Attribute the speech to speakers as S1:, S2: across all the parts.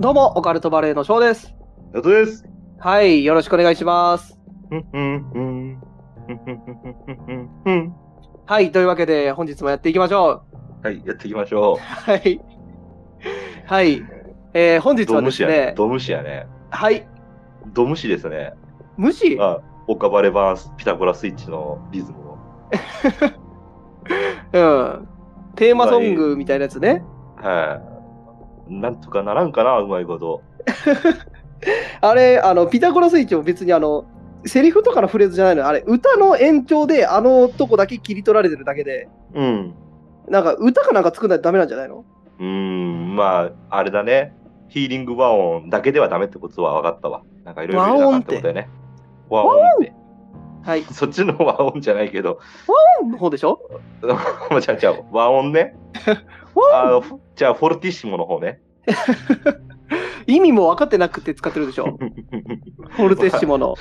S1: どうも、オカルトバレーの翔です。
S2: やっとです。
S1: はい、よろしくお願いします。
S2: うんうんうんうんうんうんうんうん
S1: はい、というわけで、本日もやっていきましょう。
S2: はい、やっていきましょ
S1: はい。はい。えー、本
S2: う。
S1: 日
S2: ド
S1: はで
S2: ムシ
S1: す
S2: やね
S1: ね。、
S2: ドムシやね。
S1: はい、
S2: ドムシですね。
S1: 無視
S2: あ、オカバレバースピタゴラスイッチのリズムの。
S1: うん。テーマソングみたいなやつね。
S2: はい。なんとかならんかな、うまいこと。
S1: あれ、あの、ピタゴラスイッチも別にあの、セリフとかのフレーズじゃないの。あれ、歌の延長で、あのとこだけ切り取られてるだけで、
S2: うん。
S1: なんか歌かなんか作んないとダメなんじゃないの
S2: うーん、まあ、あれだね。ヒーリング和音だけではダメってことは分かったわ。なんかいろいろ入れなかったことだよね。和音って。
S1: はい。
S2: そっちの和音じゃないけど。
S1: の方でしょ
S2: もうじゃあじゃあ和 音ね。あの、ふじゃあフォルティッシモの方ね。
S1: 意味も分かってなくて使ってるでし ょフォルテッシモの。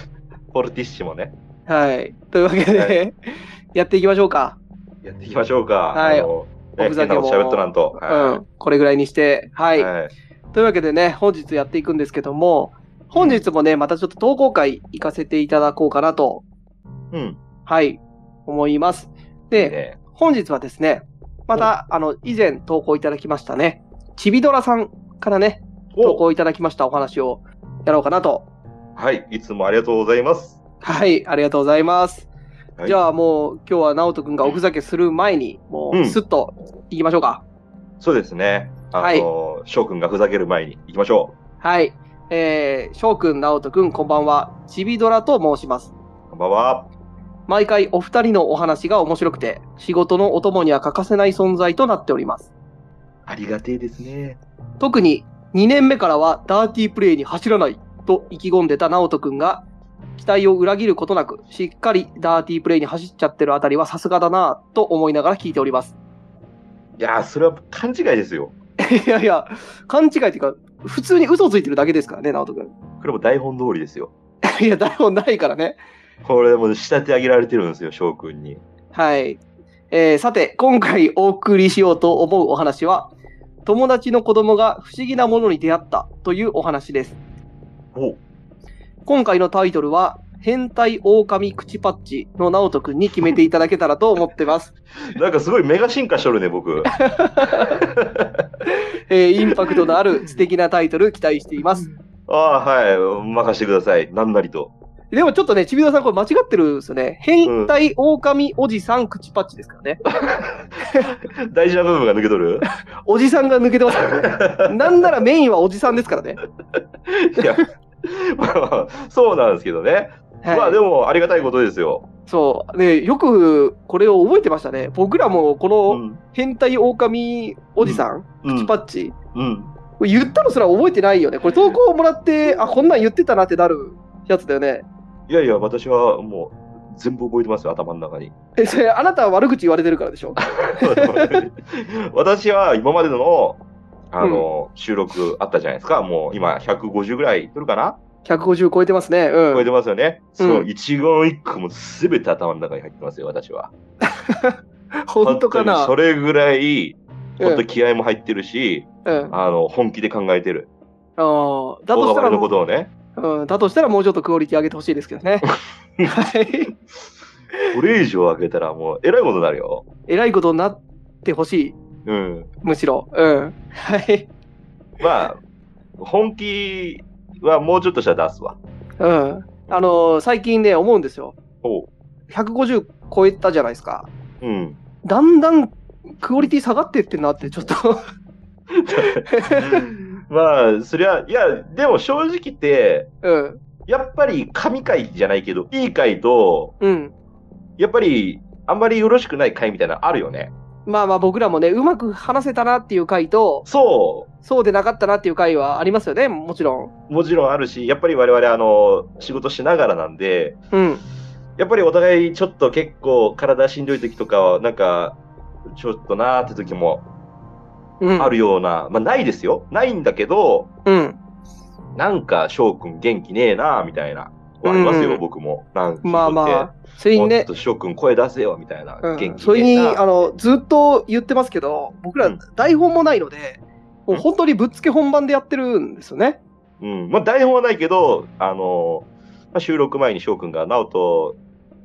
S2: フォルティッシモね。
S1: はい。というわけで、
S2: は
S1: やっていきましょうか。
S2: やっていきましょうか。
S1: はい
S2: あのね
S1: おふざけも
S2: 変なこと喋っとらんと。
S1: う
S2: は
S1: ん。これぐらいにして。はいい。
S2: はい。
S1: というわけでね、本日やっていくんですけども、本日もね、またちょっと投稿会行かせていただこうかなと、
S2: うん。
S1: はい、思います。
S2: いい
S1: で、
S2: ね
S1: 本日はですね、また、あの、以前投稿いただきましたね、ちびドラさんからね、投
S2: お
S1: 稿いただきましたお話をやろうかなと。
S2: はい。いつもありがとうございます。
S1: はい、ありがとうございます。
S2: はい
S1: じゃあもう、今日は直人くんがおふざけする前に、も
S2: う
S1: う、
S2: ん
S1: すっと行きましょうか。
S2: そうですね。あの、翔くんがふざける前に行きましょ
S1: はい。えー、翔くん、直人くん、こんばんは。ちびドラと申します。
S2: う。こんばんは。
S1: 毎回お二人のお話が面白くて、仕事のお供には欠かせない存在となっております。
S2: ありがてえですね。
S1: 特に2年目からはダーティープレイに走らないと意気込んでた直人くんが、期待を裏切ることなく、しっかりダーティープレイに走っちゃってるあたりはさすがだなぁと思いながら聞いております。
S2: いやー、それは勘違いですよ。
S1: いやいや、勘違いというか、普通に嘘ついてるだけですからね、直人くん。
S2: これも台本通りですよ。
S1: いや、台本ないからね。
S2: これもう仕立て上げられてるんですよ、翔くんに。
S1: はい。えーさて、今回お送りしようと思うお話は、友達の子供が不思議なものに出会ったというお話です。
S2: お
S1: 今回のタイトルは、変態狼口パッチの直人くんに決めていただけたらと思ってます。
S2: なんかすごいメガ進化しとるね、僕。
S1: えーインパクトのあ る素敵なタイトル期待しています。
S2: ああ、はい。任してください。なんなりと。
S1: でもちょっとね、ちびどさんこれ間違ってるんですよね。変態狼おじさん口パッチですからね。
S2: 大事な部分が抜けとる
S1: おじさんが抜けてますからね。 なんならメインはおじさんですからね。
S2: いや、 まあまあ、そうなんですけどね。
S1: はい
S2: まあでも、ありがたいことですよ。
S1: そう。ね、よくこれを覚えてましたね。僕らもこ
S2: う
S1: の
S2: ん。
S1: 変態狼おじさん、
S2: うん
S1: 口パッチ、
S2: うん。
S1: これ言ったのすら覚えてないよね。これ投稿もらって、あ、こんなん言ってたなってなるやつだよね。
S2: いやいや、私はもう、全部覚えてますよ、頭の中 に。
S1: え、それあなたは悪口言われてるからでしょ
S2: 私は今までの、あの、収録あったじゃないですか。もう今、150ぐらい撮るかな
S1: ?150 超えてますね。う
S2: 超え
S1: ん。
S2: てますよね。その
S1: うん
S2: 一言一句も全て頭の中に入ってますよ、私は。
S1: 本当かな
S2: 本当にそれぐらい、
S1: う
S2: 本
S1: ん
S2: 当気合も入ってるし、
S1: うん。あ
S2: あの、本気で考えてる。
S1: ーだと
S2: 小
S1: したら
S2: 川のことをね。
S1: うん、だとしたらもうちょっとクオリティ上げてほしいですけど ね。はい。
S2: これ以上開けたらもう、えらいことになるよ。
S1: えらいことになってほしい。
S2: うん。
S1: むしろ。うん。はい。
S2: まあ、本気はもうちょっとしたら出すわ。
S1: うん。あのー最近ね、思うんですよ。
S2: ほ
S1: 150超えたじゃないですか。
S2: う。うん。
S1: だんだんクオリティ下がってってんなって、ちょっと。
S2: まあ、そりゃ、いや、でも正直言って、
S1: うん。
S2: やっぱり神回じゃないけど、いい回と、
S1: うん。
S2: やっぱり、あんまりよろしくない回みたいなのあるよね。
S1: まあまあ僕らもね、うまく話せたなっていう回と、
S2: そ
S1: そうでなかったなっていう回はありますよね、もちろん。
S2: う。もちろんあるし、やっぱり我々、あの、仕事しながらなんで、
S1: うん。
S2: やっぱりお互いちょっと結構体しんどい時とかは、なんか、ちょっとなーって時も
S1: うん。
S2: あるような、まあないですよ。ないんだけど、
S1: うん。
S2: なんか翔くん元気ねえなみたいな。ありますよ、
S1: うん
S2: 僕も。なん
S1: まあまあ、それ
S2: 聞
S1: に
S2: いてて。もっ
S1: ね、
S2: と翔くん声出せよみたいな。
S1: う
S2: 元
S1: ん、
S2: 気
S1: それ
S2: ねえ
S1: に
S2: な
S1: あのずっと言ってますけど、僕ら
S2: うん
S1: 台本もないので、もう本当にぶっつけ本番でやってるんですよね。
S2: うん。まあ、台本はないけど、あのーまあ、収録前に翔くんが、直人、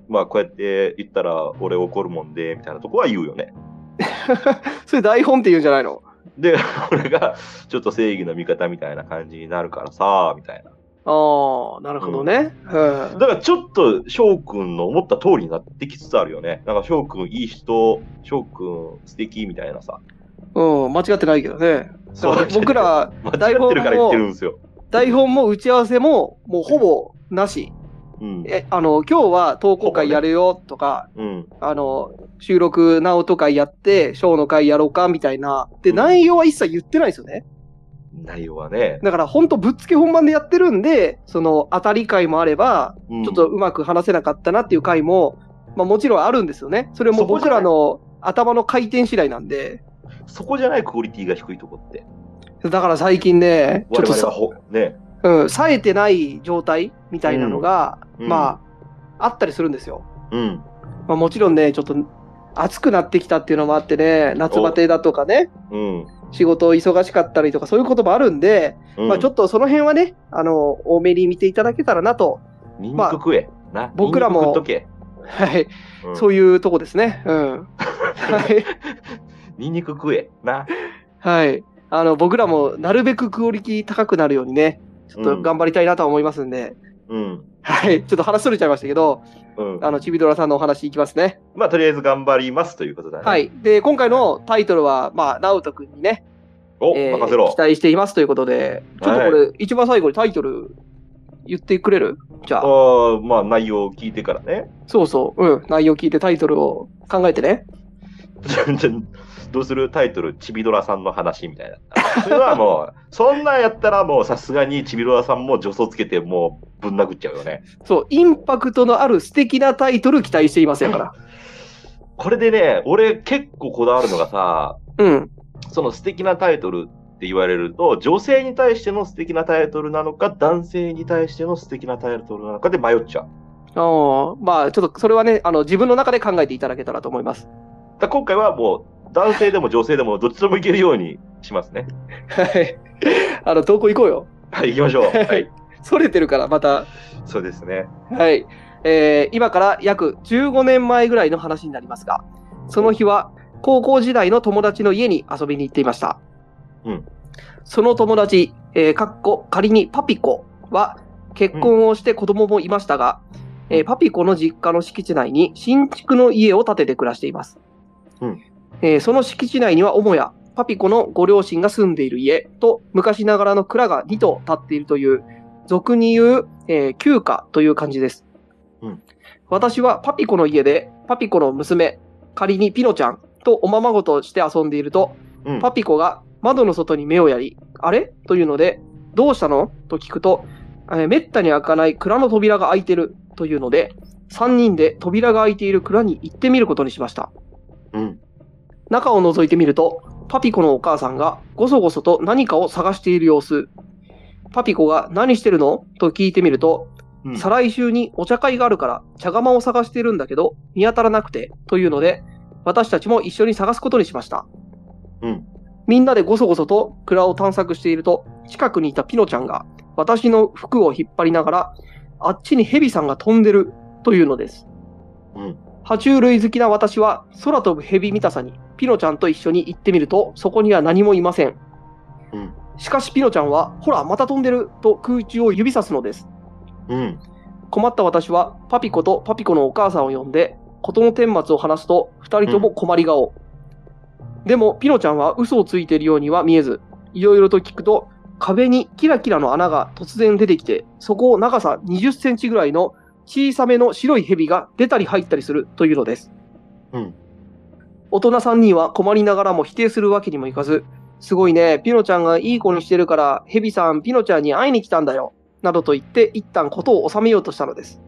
S2: まあ、こうやって言ったら俺怒るもんで、みたいなとこは言うよね。
S1: それ台本って言うんじゃないの
S2: で、 俺が、ちょっと正義の味方みたいな感じになるからさ、みたいな。
S1: ああ、なるほどね。うん
S2: だからちょっと翔くんの思った通りになってきつつあるよね。なんか翔くんいい人、翔くん素敵みたいなさ。
S1: うん、間違ってないけどね。
S2: そう
S1: だから僕ら、
S2: 間違ってるから言ってるんですよ。
S1: 台本も打ち合わせも、もうほぼなし。
S2: うん。
S1: え、あの、今日は投稿会やるよとか、
S2: うん。
S1: あの、収録、直人会やって、ショーの会やろうか、みたいな。で、
S2: うん
S1: 内容は一切言ってないですよね。
S2: 内容はね。
S1: だから、ほんとぶっつけ本番でやってるんで、その、当たり会もあれば、
S2: うん
S1: ちょっとうまく話せなかったなっていう回も、まあもちろんあるんですよね。それも
S2: そこじ
S1: 僕
S2: ゃ
S1: ら
S2: ない
S1: の頭の回転次第なんで。
S2: そこじゃないクオリティが低いとこって。
S1: だから最近ね、ちょ
S2: 我
S1: っと
S2: 々
S1: さ、
S2: はほ、ね。
S1: うん、冴えてない状態みたいなのが、
S2: うん
S1: まあ、あったりするんですよ。
S2: うん。
S1: まあもちろんね、ちょっと暑くなってきたっていうのもあってね、夏バテだとかね、
S2: うん。
S1: 仕事忙しかったりとかそういうこともあるんで、
S2: うん
S1: まあちょっとその辺はね、あの、多めに見ていただけたらなと、
S2: ニンニク食え。な。
S1: 僕らも
S2: ニンニク食っとけ。
S1: はい、
S2: うん
S1: そういうとこですね。うん。はい。
S2: ニンニク食え。な。
S1: はい。あの、僕らもなるべくクオリティ高くなるようにね、ちょっ
S2: う
S1: と
S2: ん
S1: 頑張りたいなとは思いますんで、
S2: うん。
S1: はい。ちょっと話それちゃいましたけど、
S2: うん。
S1: あの、ちびドラさんのお話いきますね。
S2: まあ、とりあえず頑張りますということだね。
S1: はい。で、今回のタイトルは、まあ、ナウト君にね、
S2: お、
S1: えー
S2: 任せろ
S1: 期。待していますということで、ちょっとこれ、一番最後にタイトル言ってくれるじゃあ、
S2: ああ、まあ、内容を聞いてからね。
S1: そうそう、うん、内容聞いてタイトルを考えてね。
S2: じゃどうするタイトル、ちびドラさんの話みたいな。それはもう、そんなんやったらもうさすがにちびドラさんも助走つけてもうぶん殴っちゃうよね。
S1: そう、インパクトのある素敵なタイトル期待していますやから。
S2: これでね、俺結構こだわるのがさ、
S1: うん、
S2: その素敵なタイトルって言われると、女性に対しての素敵なタイトルなのか、男性に対しての素敵なタイトルなのかで迷っちゃう。
S1: あーまあ、ちょっとそれはね、あの、自分の中で考えていただけたらと思います。
S2: だから今回はもう、男性でも女性でもどっちでもいけるようにしますね。
S1: はい。 あの、投稿行こうよ。
S2: はい、行きましょう。はい。
S1: それてるから、また。
S2: そうですね。
S1: はい。えー今から約15年前ぐらいの話になりますが、その日は高校時代の友達の家に遊びに行っていました。
S2: うん。
S1: その友達、えーかっこ仮にパピコは結婚をして子供もいましたが、えーパピコの実家の敷地内に新築の家を建てて暮らしています。
S2: うん。
S1: えーその敷地内には母屋、パピコのご両親が住んでいる家と昔ながらの蔵が2棟建っているという俗に言う、えー旧家という感じです。
S2: うん
S1: 私はパピコの家で、パピコの娘、仮にピノちゃんとおままごとして遊んでいると、
S2: うん。
S1: パピコが窓の外に目をやり、あれというので、どうしたのと聞くと、えーめったに開かない蔵の扉が開いてるというので、3人で扉が開いている蔵に行ってみることにしました。
S2: うん。
S1: 中を覗いてみると、パピコのお母さんがごそごそと何かを探している様子。パピコが何してるのと聞いてみると、
S2: うん
S1: 再来週にお茶会があるから茶釜を探しているんだけど見当たらなくてというので、私たちも一緒に探すことにしました。
S2: うん
S1: みんなでごそごそと蔵を探索していると、近くにいたピノちゃんが私の服を引っ張りながら、あっちにヘビさんが飛んでるというのです。
S2: うん
S1: 爬虫類好きな私は空飛ぶヘビ見たさにピノちゃんと一緒に行ってみるとそこには何もいません、
S2: うん
S1: しかしピノちゃんはほらまた飛んでると空中を指さすのです
S2: うん。
S1: 困った私はパピコとパピコのお母さんを呼んで事の顛末を話すと2人とも困り顔、でもピノちゃんは嘘をついているようには見えずいろいろと聞くと壁にキラキラの穴が突然出てきてそこを長さ20センチぐらいの小さめの白い蛇が出たり入ったりするというのです、
S2: うん
S1: 大人3人は困りながらも否定するわけにもいかずすごいねピノちゃんがいい子にしてるから蛇さんピノちゃんに会いに来たんだよなどと言って一旦ことを収めようとしたのです。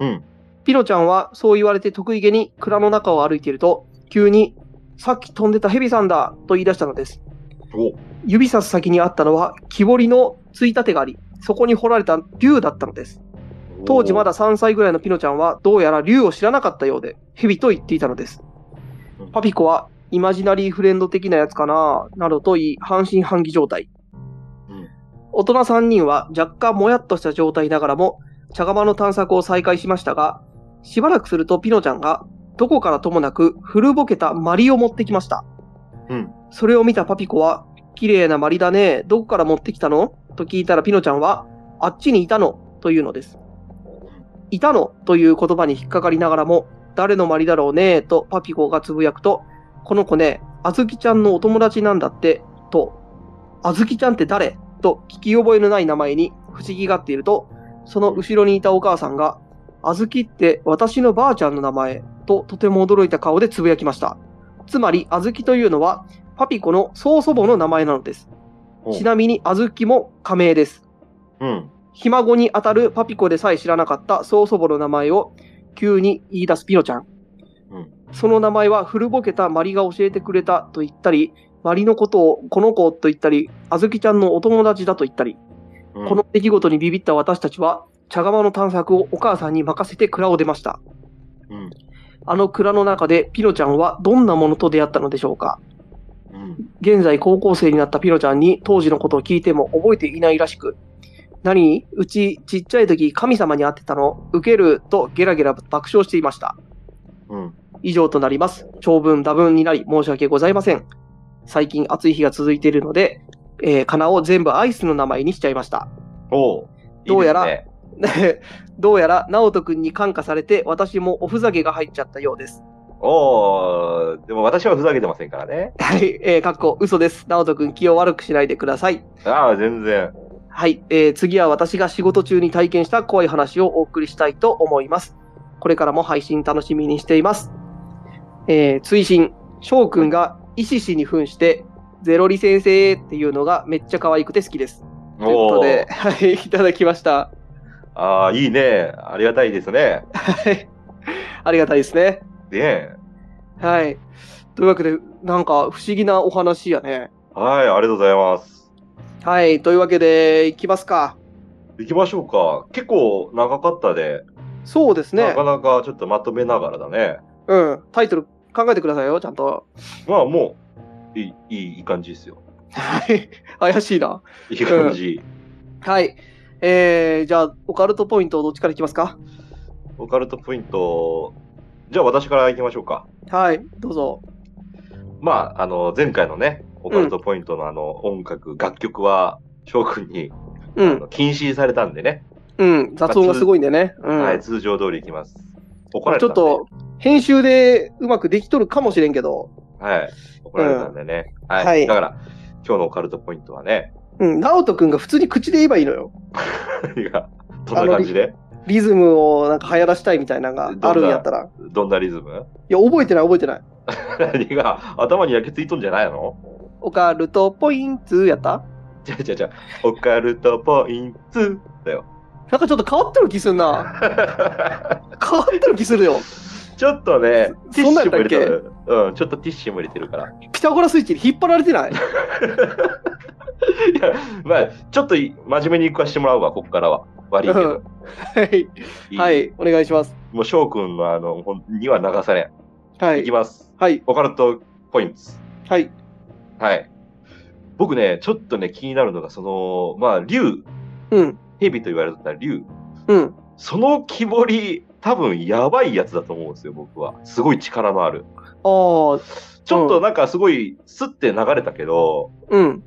S2: うん
S1: ピノちゃんはそう言われて得意げに蔵の中を歩いていると、急に、さっき飛んでたヘビさんだと言い出したのです。
S2: お
S1: 指さす先にあったのは木彫りのついたてがあり、そこに彫られた竜だったのです。当時まだ3歳ぐらいのピノちゃんはどうやら竜を知らなかったようで、ヘビと言っていたのです
S2: うん。
S1: パピコはイマジナリーフレンド的なやつかな、などといい、半信半疑状態。
S2: うん
S1: 大人3人は若干もやっとした状態ながらも、茶釜の探索を再開しましたが、しばらくするとピノちゃんが、どこからともなく古ぼけたマリを持ってきました。
S2: うん
S1: それを見たパピコは、綺麗なマリだね、どこから持ってきたのと聞いたらピノちゃんは、あっちにいたのというのです。いたのという言葉に引っかかりながらも、誰のマリだろうねとパピコがつぶやくと、この子ね、あずきちゃんのお友達なんだって、と、あずきちゃんって誰と聞き覚えのない名前に不思議がっていると、その後ろにいたお母さんが、あずきって私のばあちゃんの名前ととても驚いた顔でつぶやきました。つまり、あずきというのは、パピコの曽祖母の名前なのです。
S2: お
S1: ちなみに、あずきも仮名です。
S2: うん。
S1: ひ孫にあたるパピコでさえ知らなかった曽祖母の名前を急に言い出すピノちゃん。
S2: うん
S1: その名前は古ぼけたマリが教えてくれたと言ったり、マリのことをこの子と言ったり、あずきちゃんのお友達だと言ったり、
S2: うん
S1: この出来事にビビった私たちは、茶釜の探索をお母さんに任せて蔵を出ました。
S2: うん。
S1: あの蔵の中でピノちゃんはどんなものと出会ったのでしょうか
S2: うん。
S1: 現在高校生になったピロちゃんに当時のことを聞いても覚えていないらしく、何うちちっちゃい時神様に会ってたのウケるとゲラゲラ爆笑していました。
S2: うん。
S1: 以上となります。長文多文になり申し訳ございません。最近暑い日が続いているので、えー、かなを全部アイスの名前にしちゃいました。
S2: おう。
S1: どうやら
S2: いいですね
S1: どうやら、直人くんに感化されて、私もおふざけが入っちゃったようです。
S2: おう。でも私はふざけてませんからね。
S1: はい、えー、かっこ嘘です。直人くん気を悪くしないでください。
S2: ああ、全然。
S1: はい、えー次は私が仕事中に体験した怖い話をお送りしたいと思います。これからも配信楽しみにしています。えー追伸、翔くんがイシシに扮して、ゼロリ先生っていうのがめっちゃ可愛くて好きです。というこ
S2: お
S1: と
S2: う。
S1: で、はい、いただきました。
S2: ああ、いいね。ありがたいですね。
S1: はいありがたいですね。
S2: ねえ。
S1: はい。というわけで、なんか不思議なお話やね。
S2: はい、ありがとうございます。
S1: はい、というわけで、いきますか。
S2: 行きましょうか。結構長かったで、
S1: そうです
S2: な
S1: ね
S2: か。なかちょっとまとめながらだね。
S1: うん、タイトル考えてくださいよ、ちゃんと。
S2: まあもう、いい、いいいい感じですよ。
S1: はい、怪しいな。
S2: いい感じ。
S1: はい。えー、じゃあ、オカルトポイントどっちからいきますか
S2: オカルトポイント、じゃあ私から行きましょうか。
S1: はい、どうぞ。
S2: まあ、あの、前回のね、オカルトポイントのあの、音楽、楽曲は、翔くんに、
S1: う
S2: あ
S1: ん、
S2: の禁止されたんでね、
S1: うん、雑音がすごいんでね。うん。
S2: はい、通常通り行きます。怒
S1: ま
S2: ら
S1: あ
S2: れ
S1: ち
S2: た
S1: ょ
S2: ん
S1: っ
S2: で。
S1: と、編集でうまくできとるかもしれんけど、
S2: はい、怒られたんでね。はい、
S1: はい
S2: だから、今日のオカルトポイントはね、
S1: うん、直人くんが普通に口で言えばいいのよ。
S2: いやどんな感じで
S1: リズムをなんか流行らしたいみたいなのがあるんやったら。い
S2: どんなリズム
S1: や、覚えてない覚えてない。
S2: 何が頭に焼きついとんじゃないの
S1: オカルトポイントやった
S2: じゃあじゃあじゃあオカルトポイント だよ。
S1: なんかちょっと変わってる気すんな。 変わってる気するよ。
S2: ちょっとね、ティ
S1: そん
S2: ッ
S1: な
S2: シ
S1: ん
S2: ュ
S1: だっ
S2: も入れ
S1: け
S2: てる。うん、ちょっとティッシュも入れてるから。
S1: ピタゴラスイッチに引っ張られてない
S2: いや、 まあ、ちょっとい真面目に行かしてもらうわ、ここからは。悪いけど。
S1: はい。
S2: いい
S1: はい、お願いします。
S2: もう翔くんのあの、本には流されん。、
S1: はいい
S2: き。ます。
S1: はい。
S2: オカルトポイント。
S1: はい。
S2: はい。僕ね、ちょっとね、気になるのが、その、まあ、竜、
S1: うん。
S2: 蛇と言われてた竜、
S1: うん。
S2: その木彫り、多分やばいやつだと思うんですよ、僕は。すごい力のある。
S1: ああ、
S2: ちょっとなんかすごい、スッて流れたけど、
S1: うん。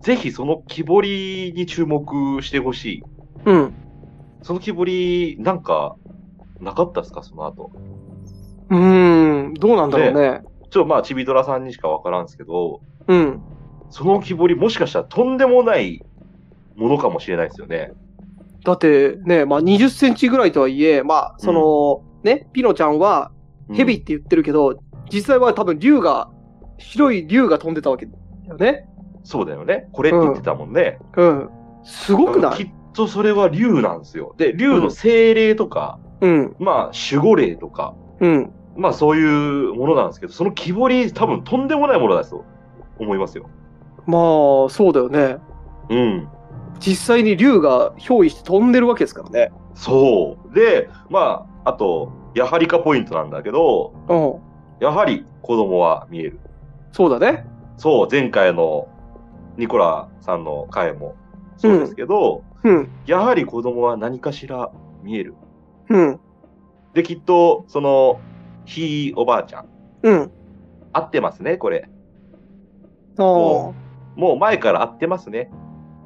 S2: ぜひその木彫りに注目してほしい。
S1: うん。
S2: その木彫り、なんか、なかったっすか、その後。
S1: うーん、どうなんだろうね。
S2: ちょっとまあ、ちびドラさんにしかわからんすけど、
S1: うん。
S2: その木彫り、もしかしたらとんでもないものかもしれないですよね。
S1: だってね、まあ20センチぐらいとはいえ、まあその、ね、ピノちゃんはヘビっ
S2: うん
S1: て言ってるけど、実際は多分竜が、白い竜が飛んでたわけだよね。
S2: そうだよね。これって言ってたもんね。
S1: うん。すごくな
S2: だからき
S1: い
S2: っとそれは竜なんですよ。で、竜の精霊とか、
S1: うん、
S2: まあ、守護霊とか、
S1: うん。
S2: まあそういうものなんですけど、その木彫り、多分とんでもないものだと思いますよ。
S1: まあ、そうだよね。
S2: うん。
S1: 実際に竜が憑依して飛んでるわけですからね。
S2: そう。で、まあ、あと、やはりかポイントなんだけど、
S1: うん。
S2: やはり子供は見える。
S1: そうだね。
S2: そう、前回のニコラさんの回もそうですけど、
S1: うん。
S2: やはり子供は何かしら見える。
S1: うん。
S2: で、きっと、その、ひいおばあちゃん、
S1: うん。
S2: 合ってますね、これ。
S1: ああ。
S2: もう前から合ってますね。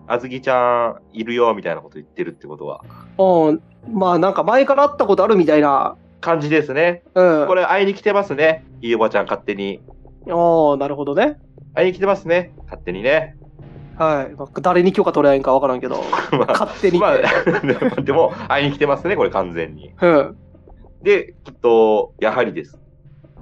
S2: あずきちゃんいるよ、みたいなこと言ってるってことは。
S1: うん。まあなんか前から会ったことあるみたいな。
S2: 感じですね。
S1: うん。
S2: これ、会いに来てますね。ひいおばあちゃん勝手に。
S1: ああ、なるほどね。
S2: 会いに来てますね。勝手にね。
S1: はい。まあ誰に許可取れないんかわからんけど、
S2: まあ、
S1: 勝手に。
S2: まあ、でも、会いに来てますね、これ完全に。
S1: うん。
S2: で、きっと、やはりです。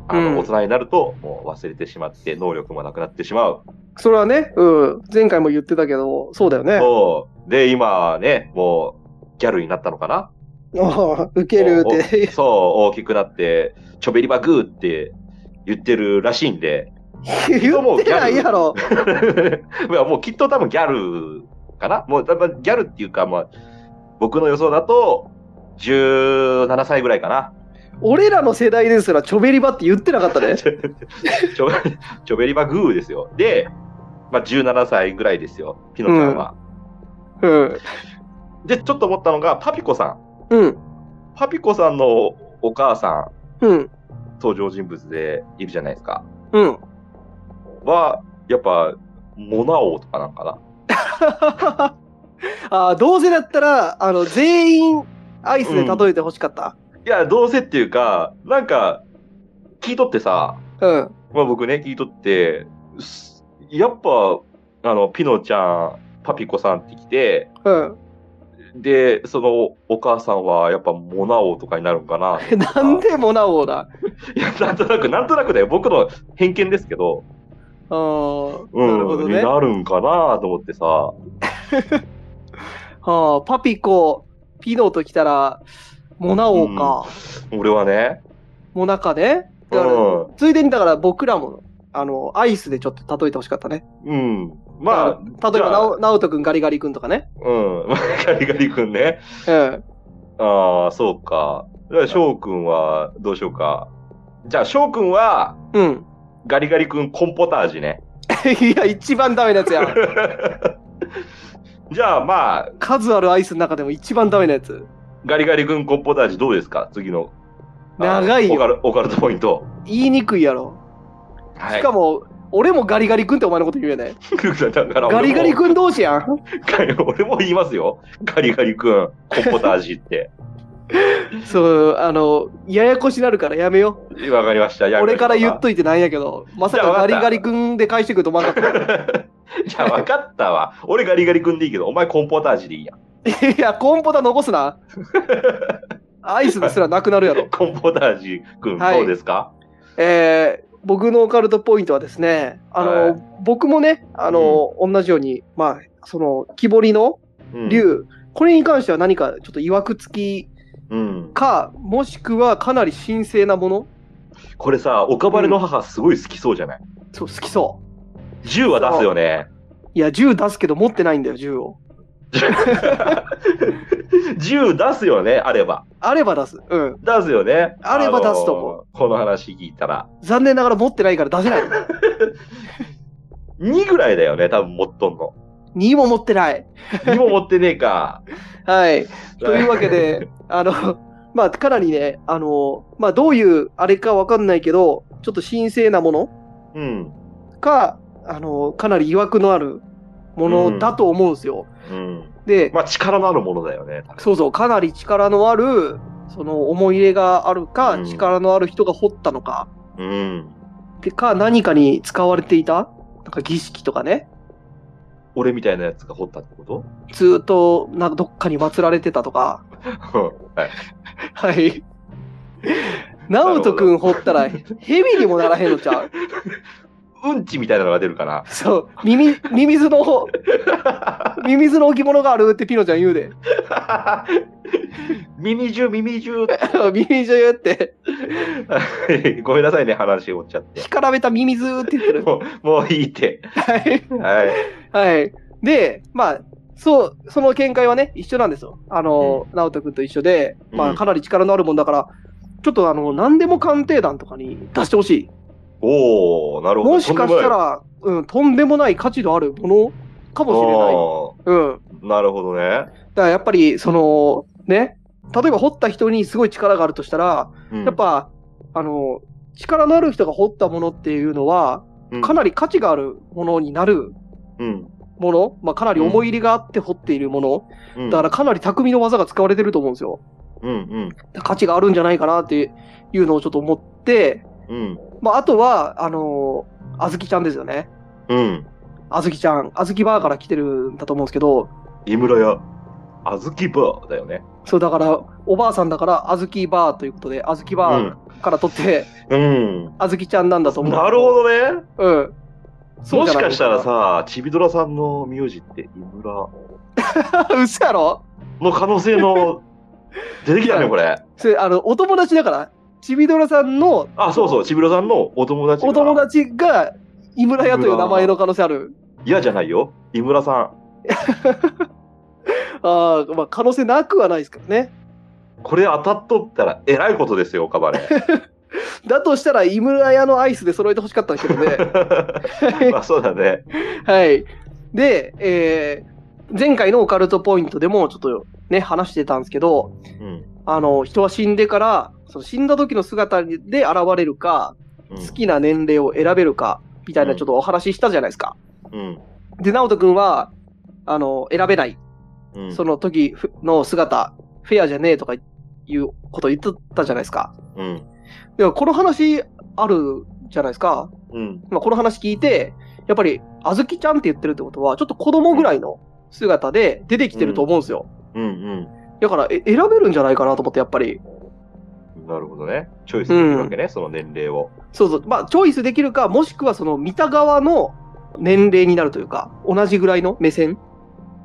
S2: あの、
S1: うん
S2: 大人になると、もう忘れてしまって、能力もなくなってしまう。
S1: それはね、うん。前回も言ってたけど、そうだよね。
S2: そう。で、今ね、もう、ギャルになったのかな
S1: ああ、ウケる って。
S2: そう、大きくなって、ちょべりばぐーって言ってるらしいんで。
S1: 言ってないやろ。
S2: いやもうきっと多分ギャルかなもう多分ギャルっていうか、まあ、僕の予想だと、17歳ぐらいかな。
S1: 俺らの世代ですら、ちょべりばって言ってなかった ね。
S2: ちょ ちょべりばグーですよ。で、まあ、17歳ぐらいですよ、ピノちゃんは。
S1: うん。
S2: で、ちょっと思ったのが、パピコさん。
S1: うん。
S2: パピコさんのお母さ
S1: うん。
S2: ん、登場人物でいるじゃないですか。
S1: うん。
S2: は、やっぱ、モナ王とかなんかな。
S1: ああ、どうせだったら、あの、全員、アイスで例えてほしかった。
S2: いや、どうせっていうか、なんか、聞いとってさ、
S1: うん。
S2: まあ僕ね、聞いとって、すやっぱ、あの、ピノちゃん、パピコさんって来て、
S1: うん。
S2: で、そのお母さんはやっぱモナ王とかになるんかな。
S1: なんでモナ王だ
S2: いや、なんとなく、なんとなくだよ。僕の偏見ですけど、
S1: あー
S2: うん、
S1: なるほどね
S2: に。なるんかなと思ってさ、
S1: ああ、パピコ、ピノときたら、モナ王か。
S2: 俺はね、
S1: モナカね。だから
S2: うん
S1: ついでにだから僕らも、あの、アイスでちょっと例えてほしかったね。
S2: うん、
S1: あ、
S2: ま
S1: 例えば
S2: じゃあ
S1: なお、ナオト君ガリガリ君とかね。
S2: あ、うん、 ガリガリ君ね。
S1: うん。
S2: ああ、そうか。じゃあ、翔くんはどうしようか。じゃあ、翔くんは、
S1: うん。
S2: ガリガリ君コンポタージュね。
S1: いや、一番ダメなやつや。
S2: じゃあ、まあ、
S1: 数あるアイスの中でも一番ダメなやつ。
S2: ガリガリ君コンポタージュどうですか次の。あ
S1: 長いよ
S2: オカルオカルトポイント。
S1: 言いにくいやろ。
S2: はい
S1: しかも、俺もガリガリ君ってお前のこと言うよね。
S2: だから
S1: ガ
S2: 俺
S1: リ
S2: も
S1: ガリ君同士やん。
S2: 俺も言いますよ。ガリガリ君、コンポタージュって。
S1: そう、あの、ややこしなるからやめよ
S2: わかりました。
S1: う。俺から言っ
S2: と。
S1: といてなんやけど、まさかガリガリ君で返してくると思わなかった。
S2: じゃあ、わかったわ。俺ガリガリ君でいいけど、お前コンポタージュでいいや。
S1: いや、コーンポタ残す な。アイスですらなくなるやろ。
S2: コンポタージュ君、
S1: はい
S2: どうですか
S1: えー僕のオカルトポイントはですね、あの、
S2: はい
S1: 僕もね、あの、同じように、まあ、その、木彫りの
S2: うん
S1: 竜、これに関しては何かちょっと曰くつき
S2: うん。
S1: か、もしくはかなり神聖なもの、
S2: これさ、岡バレの母すごい好きそうじゃない
S1: そう、好きそう。
S2: 銃は出すよね。
S1: いや、銃出すけど持ってないんだよ、銃を。
S2: 銃出すよね、あれば。
S1: あれば出す。うん。
S2: 出すよね。
S1: あれば出すと思う
S2: あのーこの話聞いたら。
S1: 残念ながら持ってないから出せない。
S2: 2ぐらいだよね、多分持っとんの。
S1: 2も持ってない。
S2: 2も持ってねえか。
S1: はい。 というわけ で、あの、まあ、かなりね、あの、まあ、どういうあれかわかんないけど、ちょっと神聖なもの
S2: うん。
S1: か、あの、かなり疑惑のあるものだと思うんですよ。
S2: うん。
S1: で、
S2: まあ、力のあるものだよね。多分
S1: そうそう、かなり力のある、その思い入れがあるか、
S2: うん
S1: 力のある人が掘ったのか、
S2: うん。
S1: でか、何かに使われていた、なんか儀式とかね、
S2: 俺みたいなやつが掘ったってこと
S1: ずーっと、なんかどっかに祀られてたとか、
S2: はい。
S1: はい。ナオト君掘ったら、蛇にもならへんのちゃう
S2: うんちみたいなのが出るか な。
S1: そう、耳、ミミズの、ミミズの置物があるってピノちゃん言うで。
S2: 耳中、耳中。
S1: ミミズって、
S2: ごめんなさいね、話を追っちゃって
S1: 干。からべたミミズって言ってる。
S2: もう、もういいって。
S1: はい。
S2: はい。
S1: はい。で、まあ、そう、その見解はね、一緒なんですよ。あの、直人君と一緒で、ま
S2: う
S1: あ、
S2: ん
S1: かなり力のあるもんだから、ちょっとあの、何でも鑑定団とかに出してほしい。
S2: おおおなるほど。
S1: もしかした
S2: とんでもな
S1: ら、
S2: い
S1: うん、とんでもない価値のあるものかもしれない。うん。
S2: あーなるほどね。
S1: だからやっぱり、その、ね、例えば掘った人にすごい力があるとしたら、
S2: うん
S1: やっ、ぱ、あの、力のある人が掘ったものっていうのは、か
S2: な
S1: なり価値があるものになる
S2: り、うん
S1: もの、まあ、かなり思い入れがあって掘っているもの、
S2: うん、
S1: だからかなり匠の技が使われてると思うんですよ。
S2: うん
S1: 価値があるんじゃないかなっていうのをちょっと思って、
S2: うんうん
S1: まあ、あとは、あのあずきちゃんですよね。
S2: うん。
S1: あずきちゃん。あずきバーから来てるんだと思うんですけど、
S2: 井村屋、あずきバーだよね。
S1: そうだから、おばあさんだから、あずきバーということで、あずきバーから取って、
S2: うん。
S1: あずきちゃんなんだと思う。
S2: なるほどね。
S1: ど。うん。 そう
S2: も
S1: じ
S2: し
S1: ゃない
S2: かしたら。さ、ちびドラさんの名字って井村
S1: 嘘やろ
S2: の可能性の 出てきたね、これ。
S1: それ、あの、お友達だから、ちびどらさんの
S2: あ、そうそう、ちびドラさんのお友達が。
S1: お友達が、井村屋という名前の可能性ある。
S2: 嫌じゃないよ。井村さ
S1: ああ、まあ、可能性なくはないですからね。
S2: ん。これ当たっとったらえらいことですよ、カ バレー。
S1: だとしたら、井村屋のアイスで揃えてほしかったんですけどね。
S2: まあそうだね。
S1: はい。で、えー前回のオカルトポイントでもちょっとね、話してたんですけど、
S2: うん。
S1: あの、人は死んでから、その死んだ時の姿で現れるか、
S2: う
S1: 好
S2: ん
S1: きな年齢を選べるか、みたいな
S2: うん
S1: ちょっとお話ししたじゃないですか。
S2: うん。
S1: で、直人くんは、あの、選べない、
S2: うん。
S1: その時ふの姿、フェアじゃねえとかいうこと言ってたじゃないですか。
S2: うん。
S1: いや、この話あるじゃないですか。
S2: うん。
S1: まあ、この話聞いて、やっぱり、あずきちゃんって言ってるってことは、ちょっと子供ぐらいの姿で出てきてると思うんですよ。
S2: うん。
S1: だから、え選べるんじゃないかなと思って、やっぱり。
S2: うん。なるほどね。チョイスできるわけね、その年齢を。
S1: そうそう。まあ、チョイスできるか、もしくはその見た側の年齢になるというか、同じぐらいの目線。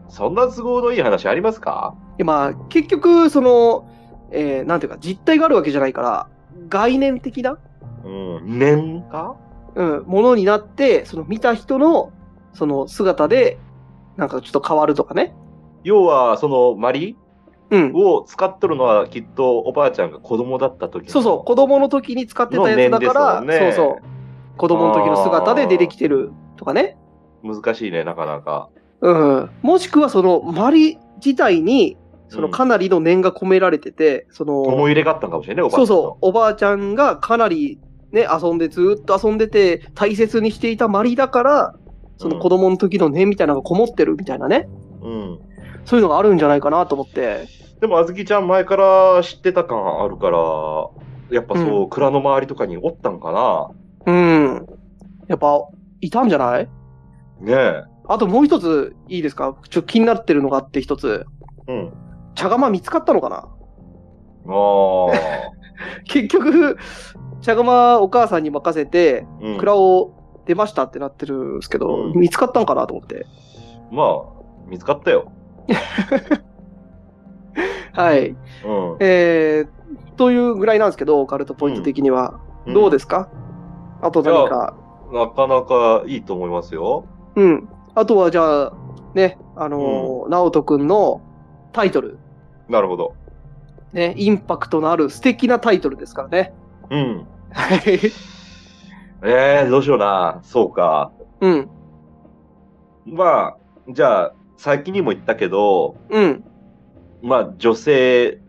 S2: そんな都合のいい話ありますか
S1: でまあ、結局、その、えーなんていうか、実態があるわけじゃないから、概念的な、
S2: うん。年か
S1: うん、ものになって、その見た人の、その姿で、なんかちょっと変わるとかね。
S2: 要は、その、マリ
S1: うん。
S2: を使っとるのは、きっとおばあちゃんが子供だった時の
S1: そうそう、子供の時に使ってたやつだから、
S2: の面ですもん
S1: そうそ
S2: ね
S1: う、子供の時の姿で出てきてるとかね。
S2: 難しいね、なかなか。
S1: うん。もしくは、その、マリ自体に、その
S2: うん
S1: かなりの念が込められてて、そ
S2: 思
S1: の、
S2: い入れがあったんかもしれないね、おば
S1: そうそう、
S2: あちゃんの。
S1: おばあちゃんがかなりね、遊んで、ずーっと遊んでて、大切にしていたマリだから、その子供の時の念みたいなのがこもってるみたいなね、
S2: うん。
S1: そういうのがあるんじゃないかなと思って。
S2: でも、あずきちゃん前から知ってた感あるから、やっぱそう、蔵の周りとかにおったんか
S1: う
S2: な。
S1: ん。やっぱ、いたんじゃない
S2: ね
S1: あともう一ついいですかちょっと気になってるのがあって一つ。
S2: え。うん。
S1: 茶釜見つかったのかな
S2: あ
S1: 結局、茶釜お母さんに任せて、
S2: あ。う ん、
S1: 蔵を出ましたってなってるんですけど、
S2: うん
S1: 見つかったんかなと思って。
S2: まあ、見つかったよ。
S1: はい。
S2: うん。
S1: えー、というぐらいなんですけど、オカルトポイント的には。
S2: うん
S1: どうですか、あと何か。
S2: なかなかいいと思いますよ。
S1: うん。あとはじゃあ、ね、あのー直人くんのタイトル。
S2: なるほど。
S1: ね、インパクトのある素敵なタイトルですからね。
S2: うん。
S1: はい。
S2: ええどうしような。そうか。
S1: うん。
S2: まあ、じゃあ、先にも言ったけど、
S1: うん。
S2: まあ、女性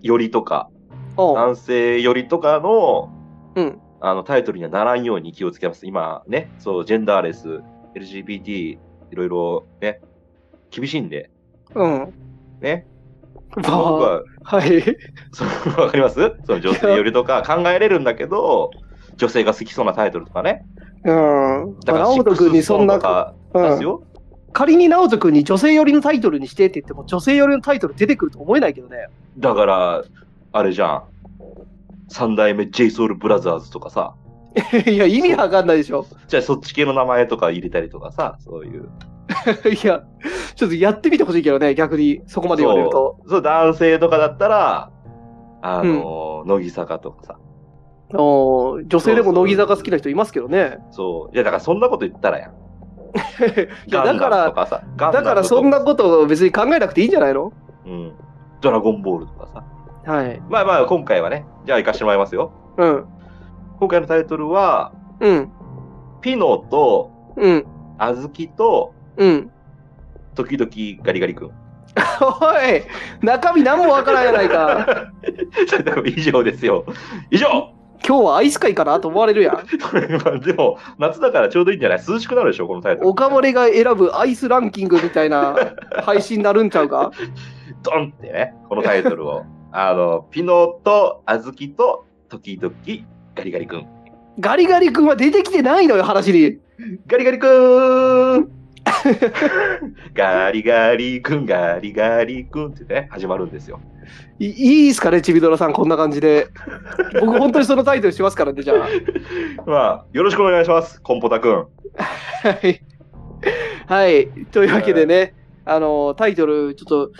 S2: 寄りとか、
S1: おう
S2: 男性寄りとかの、
S1: うん。
S2: あの、タイトルにはならんように気をつけます。今ね、そう、ジェンダーレス、LGBT、いろいろね、厳しいんで、
S1: うん。
S2: ね。
S1: ま
S2: 僕
S1: あ、
S2: は、
S1: はい。
S2: そうわかりますその女性寄りとか考えれるんだけど、女性が好きそうなタイトルとかね。
S1: うん。
S2: だから、
S1: まあ直人くんにそんな
S2: シックスストーンと、か
S1: うん
S2: ですよ。
S1: 仮に直人君に女性寄りのタイトルにしてって言っても女性寄りのタイトル出てくると思えないけどね。
S2: だから、あれじゃん。三代目 JSOULBROTHERS とかさ。
S1: いや、意味わかんないでしょ。
S2: じゃあそっち系の名前とか入れたりとかさ、そういう。
S1: いや、ちょっとやってみてほしいけどね、逆にそこまで言われると。
S2: そう、そう男性とかだったら、あの、乃木坂とかさ。
S1: おー女性でも乃木坂好きな人いますけどね。
S2: そう。いや、だからそんなこと言ったらやん。
S1: いや
S2: ガ
S1: だか
S2: ンダムと
S1: ら、
S2: かさ。ガンダ
S1: だ
S2: ム
S1: からそんなことを別に考えなくていいんじゃないの
S2: うん。ドラゴンボールとかさ。
S1: はい。
S2: まあまあ、今回はね、じゃあ行かしてもらいますよ。
S1: うん。
S2: 今回のタイトルは、
S1: うん、
S2: ピノと、
S1: うん、
S2: あずきと、
S1: うん。
S2: 時々ガリガリ君。
S1: おい、中身何もわからんやないか。
S2: 以上ですよ。以上
S1: 今日はアイス会かなと思われるやん。
S2: まあでも、夏だからちょうどいいんじゃない涼しくなるでしょ、このタイトル。
S1: 岡森が選ぶアイスランキングみたいな配信になるんちゃうか。
S2: ドンってね、このタイトルを。 あの、ピノと、あずきと、時々ガリガリ君。
S1: ガリガリ君は出てきてないのよ、話に。
S2: ガリガリくー んガリガリくん、ガリガリくんってね、始まるんですよ。
S1: いいいですかね、ちびドラさん、こんな感じで。僕、本当にそのタイトルしますからね、じゃあ。
S2: まあ、よろしくお願いします、コンポタくん。
S1: はい。はい。というわけでね、あの、タイトル、ちょっと、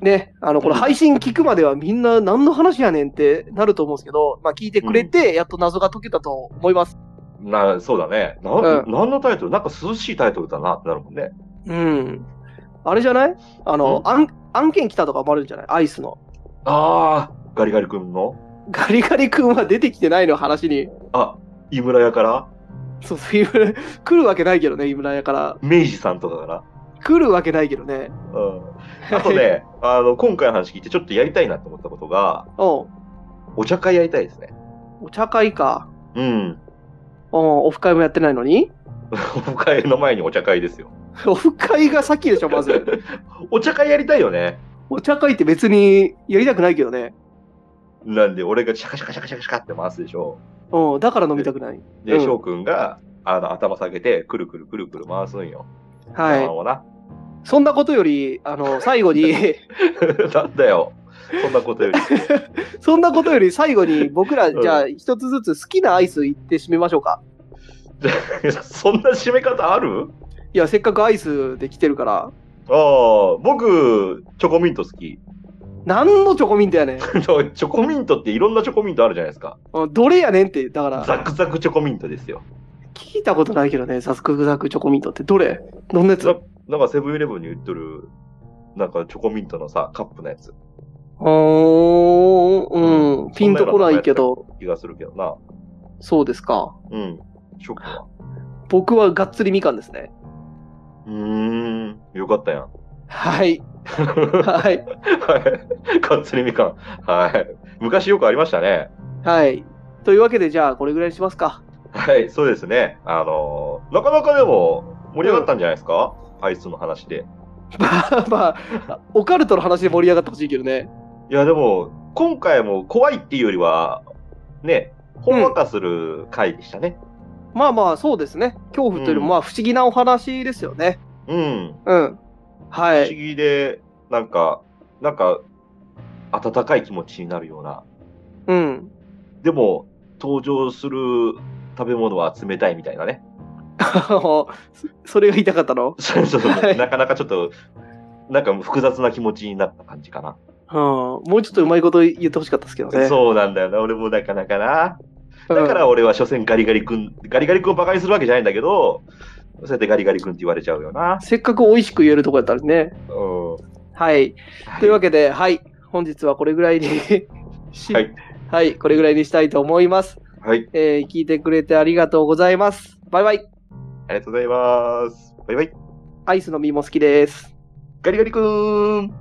S1: ね、あの、この配信聞くまではみんな何の話やねんってなると思うんですけど、まあ聞いてくれて、やっと謎が解けたと思います。
S2: な、そうだね。な、、
S1: うん
S2: 何のタイトルなんか涼しいタイトルだなってなるもんね。
S1: うん。あれじゃないあの、案案件来たとかもあるんじゃないアイスの。
S2: ああ、ガリガリくんの
S1: ガリガリ君は出てきてないの話に。
S2: あ、井村屋から
S1: そう、そういう来るわけないけどね、井村屋から。
S2: 明治さんとかから
S1: 来るわけないけどね。
S2: うん。あとね、あの、今回の話聞いてちょっとやりたいなと思ったことが、
S1: お う
S2: お茶会やりたいですね。
S1: お茶会か。
S2: うん。
S1: おうオフ会もやってないのに。
S2: オフ会の前にお茶会ですよ。
S1: オフ会が先でしょ、まず。
S2: お茶会やりたいよね。
S1: お茶会って別にやりたくないけどね。
S2: なんで、俺がシャカシャカシャカシャカシャカって回すでしょ。
S1: うん、だから飲みたくない。う
S2: で、
S1: ん
S2: 翔くんが、あの、頭下げて、くるくるくるくる回すんよ。頭
S1: は
S2: をな。
S1: い。そんなことより、あの、最後に、
S2: なんだよ。そんなこと より。
S1: そんなことより最後に僕ら、
S2: うん
S1: じゃあ一つずつ好きなアイス行って締めましょうか。
S2: そんな締め方ある
S1: いや、せっかくアイスで来てるから。
S2: ああ、僕、チョコミント好き。
S1: 何のチョコミントやねん。
S2: チョコミントっていろんなチョコミントあるじゃないですか。
S1: うんどれやねんって、だから、
S2: ザクザクチョコミントですよ。
S1: 聞いたことないけどね、ザクザクチョコミントってどれどんなやつ
S2: ザなんかセブンイレブンに売ってる、なんかチョコミントのさ、カップのやつ。
S1: おー、うん、ピンとこないけど、
S2: 気がするけどな。
S1: そうですか。
S2: うん。ショックは。
S1: 僕はがっつりみかんですね。
S2: うーん。よかったやん。
S1: はい。はい。
S2: はい。かっつりみかん。はい。昔よくありましたね。
S1: はい。というわけで、じゃあ、これぐらいにしますか。
S2: はい、そうですね。あのーなかなかでも盛り上がったんじゃないですか、アイスの話で。
S1: まあ、オカルトの話で盛り上がってほしいけどね。
S2: いや、でも、今回も怖いっていうよりは、ね、ほんわかする回でしたね。
S1: まあまあ、そうですね。恐怖というよりも、
S2: うん
S1: まあ、不思議なお話ですよね。
S2: うん。
S1: うん。は
S2: 不思
S1: い。
S2: 議で、なんか、なんか、温かい気持ちになるような。
S1: うん。
S2: でも、登場する食べ物は冷たいみたいなね。
S1: あの そそれが言いたかったの
S2: そうそうそう
S1: はい
S2: なかなかちょっと、なんか複雑な気持ちになった感じかな。
S1: うん。もうちょっとうまいこと言ってほしかったですけどね。
S2: そうなんだよな、俺もなかなかな。
S1: うん
S2: だから俺は所詮ガリガリ君、ガリガリ君をバカにするわけじゃないんだけど、そうやってガリガリ君って言われちゃうよな。
S1: せっかく美味しく言えるとこやったらね。
S2: うん。は
S1: はい。というわ
S2: け
S1: けで、はい。本日はこれぐらいに し、
S2: はい。
S1: はい。これぐらいにしたいと思います。
S2: はい。
S1: えー聞いてくれてありがとうございます。バイバイ。
S2: ありがとうございます。バイバイ。
S1: アイスの実も好きです。
S2: ガリガリ君